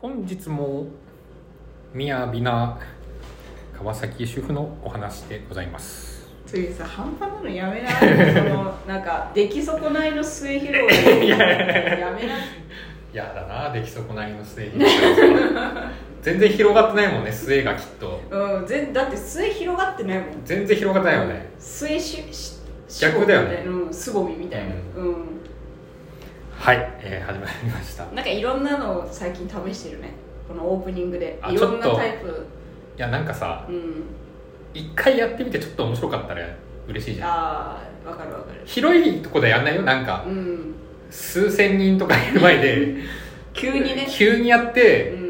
本日も雅な川崎主婦のお話でございますついさ半端なのやめなそのなんか出来損ないの末広 がりやめなやだな出来損ないの末広 全然広がってないもんね末がきっとうん全だって末広がってないもん全然広がってないよね末しし逆だよねしぼみみたいなうんすぼみみたいなううん、はい、えー始まりましたいなんかいろんなのを最近試してるねこのオープニングであいろんちょっなとタイプやなんかさうん一回やってみてちょっと面白かったら嬉しいじゃんあーわかるわかる広いとこでやんないよなんかうん数千人とかいる前で急にね急にやっうてん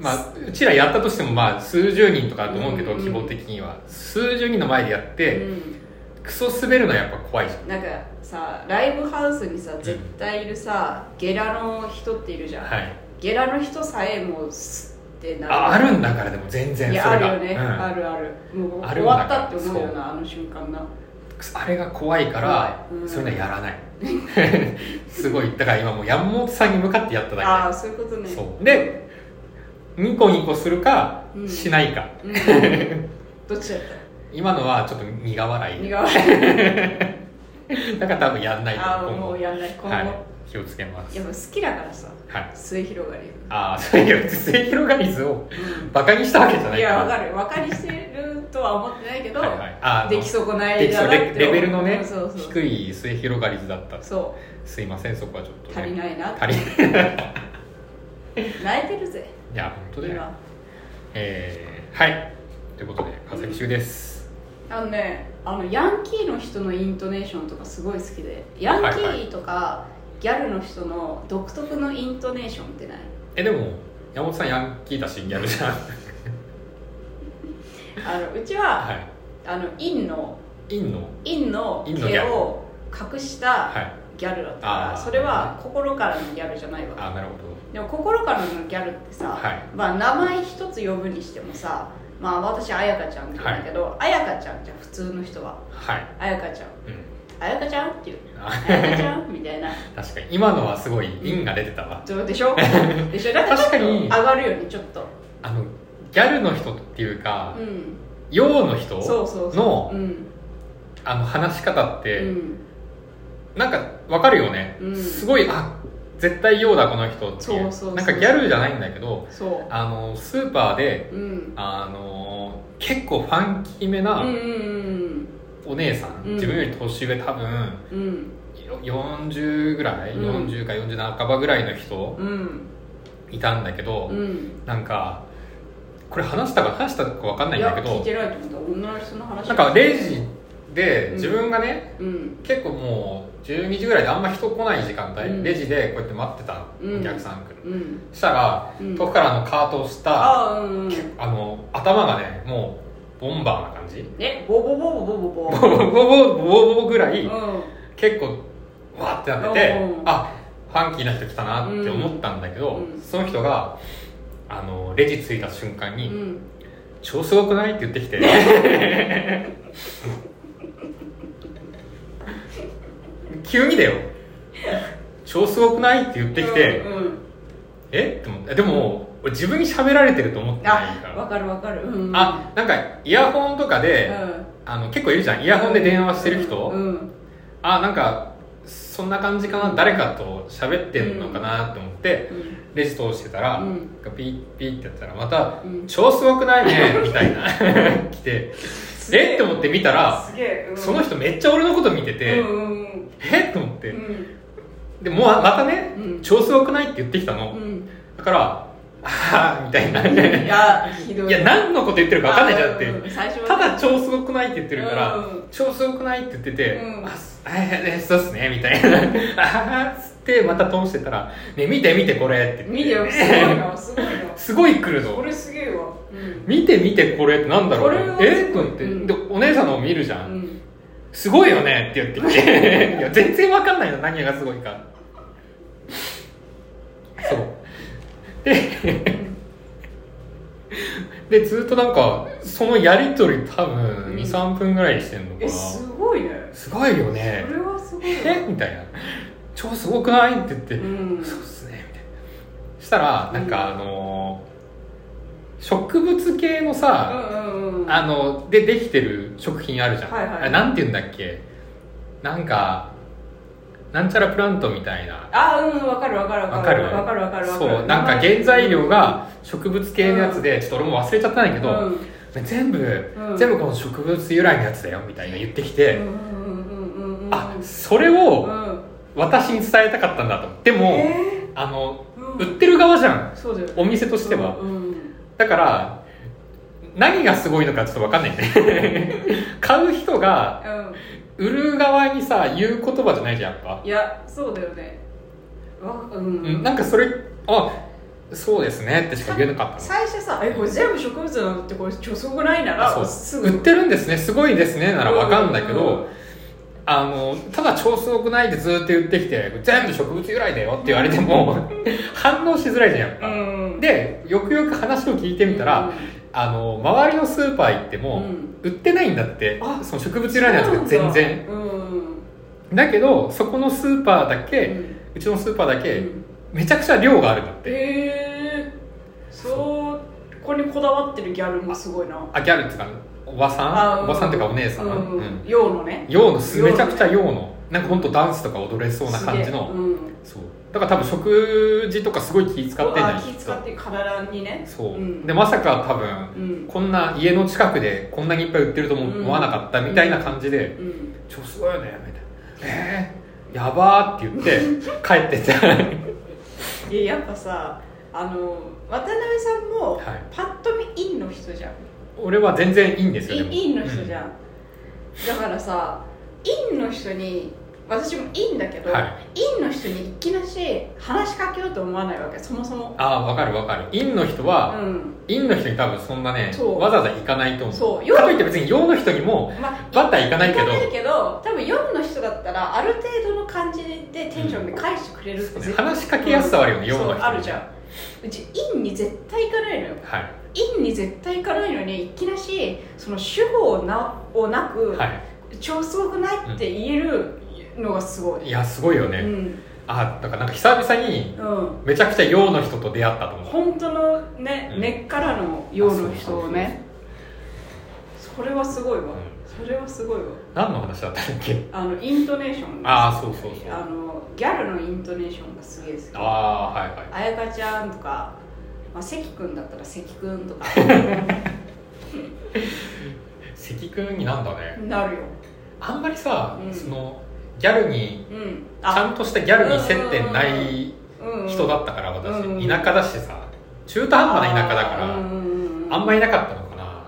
まあ、うちらやったとしてもまあ数十人とかだと思うけど、うんうん希望的には数十人の前でやっうて、んクソ滑るのはやっぱ怖いじゃんなんかさライブハウスにさ絶対いるさゲラの人っているじゃん、はいゲラの人さえもうすってなるああるんだからでも全然そいれやあるがよね、うんあるあるもうあ終るんだわったって思うよなあの瞬間なくそあれが怖いから、怖いうんそういうのはやらない すごいだから今もう山本さんに向かってやったあだあそういうこけとねそうでニコニコするか、うんしないかうん、 どっちだっ今のはちょっと苦た笑い苦笑いだから多分やんないとああ思もうやんない今後、はい、気をつけますいやもう好きだからさはい末広がり、ああそういう末広がり図をバカにしたわけじゃう、なんいいやわはかる分かりしてるとは思ってないけど、いはい、あできそうないできだそうなっレて思うレベルのねうんそうそう低い末広がり図だったそすいませんそこはちょっとうね、足りないな足りない泣いてるぜいや本当だよ今えー、はいということで川崎修です、あのねあのヤンキーの人のイントネーションとかすごい好きでヤンキーとかギャルの人の独特のイントネーションってないえでも山本さんヤンキーだしギャルじゃんあのうちははあの陰のいインの陰の陰のギ毛ャルを隠したはいギャルだったからあーそれは心からのギャルじゃないわあなるほでも心からのギャルってさ、はいまあ、名前一つ呼ぶにしてもさまあ私彩香ちゃんって言うんだけど彩香、ちゃんじゃん普通の人はどはい彩香ちゃんうん彩香ちゃんっていうあ彩香ちゃんみたいな確かに今のはすごいインが出てたわ、そう でしょでしょなんかちょ確っかとに上がるよねちょっとあのギャルの人っていうかうん洋の人そうそうそのううんあの話し方っうて、んなんかわかるよね、うんすごいあ絶対用だこの人っていうそうそうそうなんかギャルじゃないんだけどそあのスーパーでううんあの結構ファンキーめうんうなんお姉さん、うん自分より年上多分うんうんよ40ぐらい、うん40か40半ばぐらいの人うんいたんだけど、うんなんかこれ話したか話したか分かんないいんだやけ聞いどてないと思った女の人の話なんかレジで自分がね、うん結構もう12時ぐらいであんま人来ない時間帯、うんレジでこうやって待ってたうんお客さん来る、うんしたらうん遠くからあのカートをした、ああうんうんあの頭がねもうボンバーな感じえボボボボボボボボボボボボボぐらいうん結構わーってなってて、うんあファンキーな人来たなって思ったんだけど、うんその人があのレジ着いた瞬間うに「ん超すごくない?」って言ってきて 急にだよ「超すごくない?」って言ってきて「うんうんえっ?」て思ってでも、俺自分に喋られてると思ってないかあわら。かるわかるうんあなんかイヤホンとかうで、んあの結構いるじゃんイヤホンで電話してる人、うんあなんかそんな感じかな誰かと喋ってんのかなって思って、うんレジ通してたら、うんピッピッってやったらまたう「ん超すごくない ね」みたいな 来てすげえって思って見たらすげえうんその人めっちゃ俺のこと見てて、うんうんえっと思っうてんでもうままたねうん「超すごくない?」って言ってきたうの、んだから「ああ」みた いないいやひどいや何のこと言ってるか分かんないじゃんっあてうん最初はただ「超すごくない?」って言ってるからうん「超すごくない?」って言っててうんあすえーそうっすね」みたいな「ああ」っつってまた通してたら「ね見て見てこれ」って言って見てよすごいなすごいなすごい来るこのれすげえわうん見て見てこれってなんだろうこれはえっと思って、うんでお姉さんのを見るじゃ、うんんすごいよねって言ってきていや全然わかんないの何がすごいかそうででずっとなんかそのやり取り多分23分ぐらいしてんのかえなすごいねすごいよこねれはすごいえわみたいな「超すごくない?」って言って「うんそうっすね」みたいなししたらなんかあの植物系のさ、うんうんうんあのでできてる食品あるじゃん、はいはいあれなんて言うんだっけなんかなんちゃらプラントみたいなあうんわかるわかるわわかかるるわかるわかるわかるそうなんか原材料が植物系のやつで、ちょっと俺も忘れちゃったんだけうど、ん全部、うん全部この植物由来のやつだよみたいな言ってきて、うんうんうんうんうんあそれうをん私に伝えたかったんだと思ってでも、えあのーうん売ってる側じゃんそうだよお店としては、うんうんだから何がすごいのかちょっと分かんない ね買う人がうん売る側にさ言う言葉じゃないじゃんやっぱ、いやそうだよねわううん、んなんかそれあそうですねってしか言えなか ったの最初さ「えこれ全部植物なのってこれちょそこないなあらそすうぐ売ってるんですねすごいですねならわかんだけうんうんうんどあのただ調子良くないってずっと言ってきて全部植物由来だよって言われて も反応しづらいじゃんやっうぱ、んでよくよく話を聞いてみたら、あの周りのスーパー行っても、うん売ってないんだってあその植物由来のやつが全然うんうんだけどそこのスーパーだけ、うちのスーパーだけ、うんめちゃくちゃ量があるんだって、えー、そうここにこだわってるギャルもすごいなあギャルっていうかおばさんおばさんっていうかお姉さん、ううんん用のね用のす用のめちゃくちゃ用のなんかほんとダンスとか踊れそうな感じの、すげえうんそうだから多分食事とかすごい気使ってんだあよ気きっ使とって体にねそう、うんでまさか多う分、んこんな家の近くでこんなにいっぱい売ってるともうん思わなかったみたいな感じで、うん「ちょすごいよね」みたいな「えー、やばー」って言って 帰ってっていややっぱさあの渡辺さんもはいパッと見インの人じゃん、俺は全然いいんですよでもインインの人じうゃん、だからさインの人に私もインだけど、はいインの人にいきなし話しかけようと思わないわけそもそもああわかるわかるインの人は、うんインの人に多分そんなねそうわざわざ行かないと思うそうかといって別に洋の人にもまあバッター行かないけど行かないけど多分夜の人だったらある程度の感じでテンションで返してくれるってそうね絶対話しかけやすさはあるよね洋の人そうにあるじゃんうちインに絶対行かないのよはいインに絶対行かないのにいきなしその主語をなをなく、はい超すごくないって言えるのがすごい、いやすごいよね、うんあだからなんか久々にうんめちゃくちゃ洋の人と出会ったと思う本当のね、うん根っからの用の人をねそれはすごいわ、それはすごいわ何の話だったんだっけあのイントネーションああそうそうそうあのギャルのイントネーションがすげえ好きああはいはいあやかちゃんとか、まあ、関君だったら関君と か関君になんだねなるよあんまりさ、うんそのギャルにうんちゃんとしたギャルに接点ないうん人だったから私、うん田舎だしさ中途半端な田舎だからうあ,、んうんうんんまいなかったのかな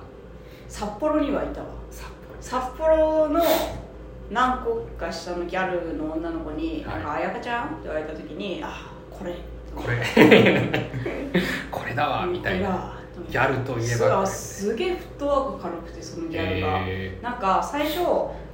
札幌にはいたわ札幌札幌の何個か下のギャルの女の子に「はいなんかあやかちゃん?」って言われた時に「あこれ」これ これだわうんみたいなこれギャだルといえばすすげえフットワーク軽くてそのギャルが、えなんか最初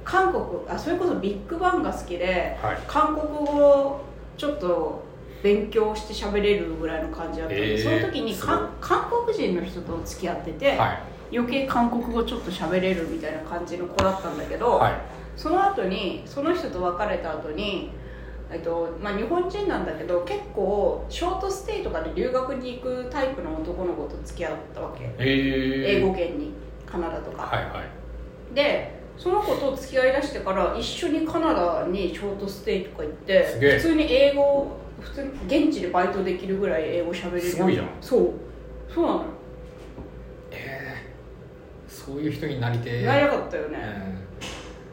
韓国あそれこそビッグバンが好きでーはい韓国語をちょっと勉強して喋れるぐらいの感じだったんで、えーその時にかん韓国人の人と付き合ってて、はい余計韓国語ちょっと喋れるみたいな感じの子だったんだけど、はいその後にその人と別れた後にえっとまあ、日本人なんだけど結構ショートステイとかで留学に行くタイプの男の子と付き合ったわけ、えー英語圏にカナダとか、はいはいでその子と付き合いだしてから一緒にカナダにショートステイとか行ってすげえ普通に英語普通に現地でバイトできるぐらい英語喋れるすごいじゃんそうそうなのよえー、そういう人になりてー泣いたかったよね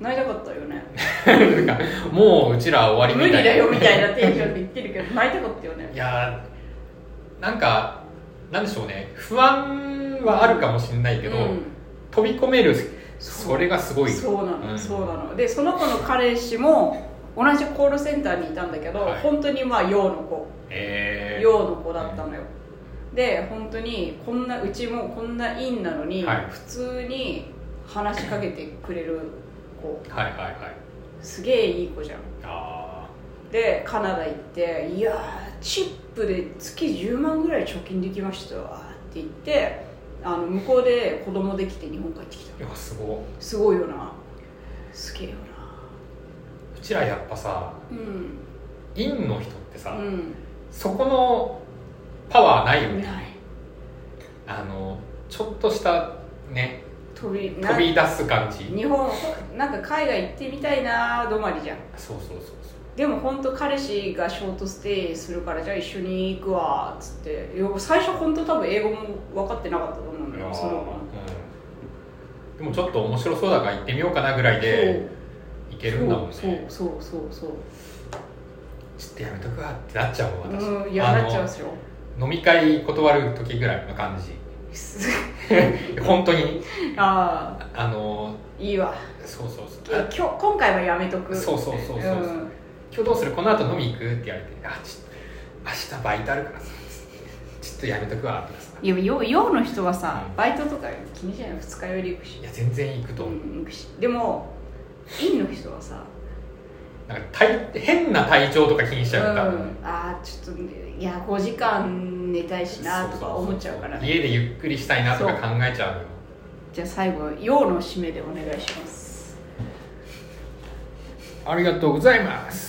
う泣いたかったよねんなんかもううちら終わり無み理たいなだよみたいなテンションで言ってるけど泣いたかったよ ねいやーなんかなんでしょうね不安はあるかもしれないけど、うん飛び込めるそうそれがすごいそうなの、うんそうなのでその子の彼氏も同じコールセンターにいたんだけど、はい本当にまあ洋の子えー寮の子だったのよ、で本当にこんなうちもこんな院なのに、はい普通に話しかけてくれる子はいはいはいすげえいい子じゃんあでカナダ行って「いやーチップで月10万ぐらい貯金できましたわ」って言ってあの向こうで子供できて日本帰ってきたーいやすごいうすごいよなすげえよなちらやっぱさうん院の人ってさ、うんそこのパワーないよねないあのちょっとしたね飛びな飛び出す感じ日本なんか海外行ってみたいな止まりじゃんそうそうそうそうでも本当彼氏がショートステイするからじゃあ一緒に行くわっつっていや最初本当多分英語も分かってなかったと思うんだよその子うん、でもちょっと面白そうだから行ってみようかなぐらいで行けるんだもんねそうそうそうそうちょっとやめとくわってなっちゃうもん私、そううんいやあのなっちゃうんですよ 飲み会断る時ぐらいの感じ本当にああのあいいわそうそうそいやう今日今回はやめとあくそうそうそうそうそう、ん今日どうするこの後飲み行くって言われてあちょっと明日バイトあるからさちょっとやめとくわとかさいやよようの人はさ、うんバイトとか気にしない二日酔いで行くしいや全然行くと思う、うん行くしでも院の人はさなんか体変な体調とか気にしちゃうから、うん、ああちょっといや5時間寝たいしなとか思っちゃうからね家でゆっくりしたいなとか考えちゃうのよじゃあ最後陽の締めでお願いしますありがとうございます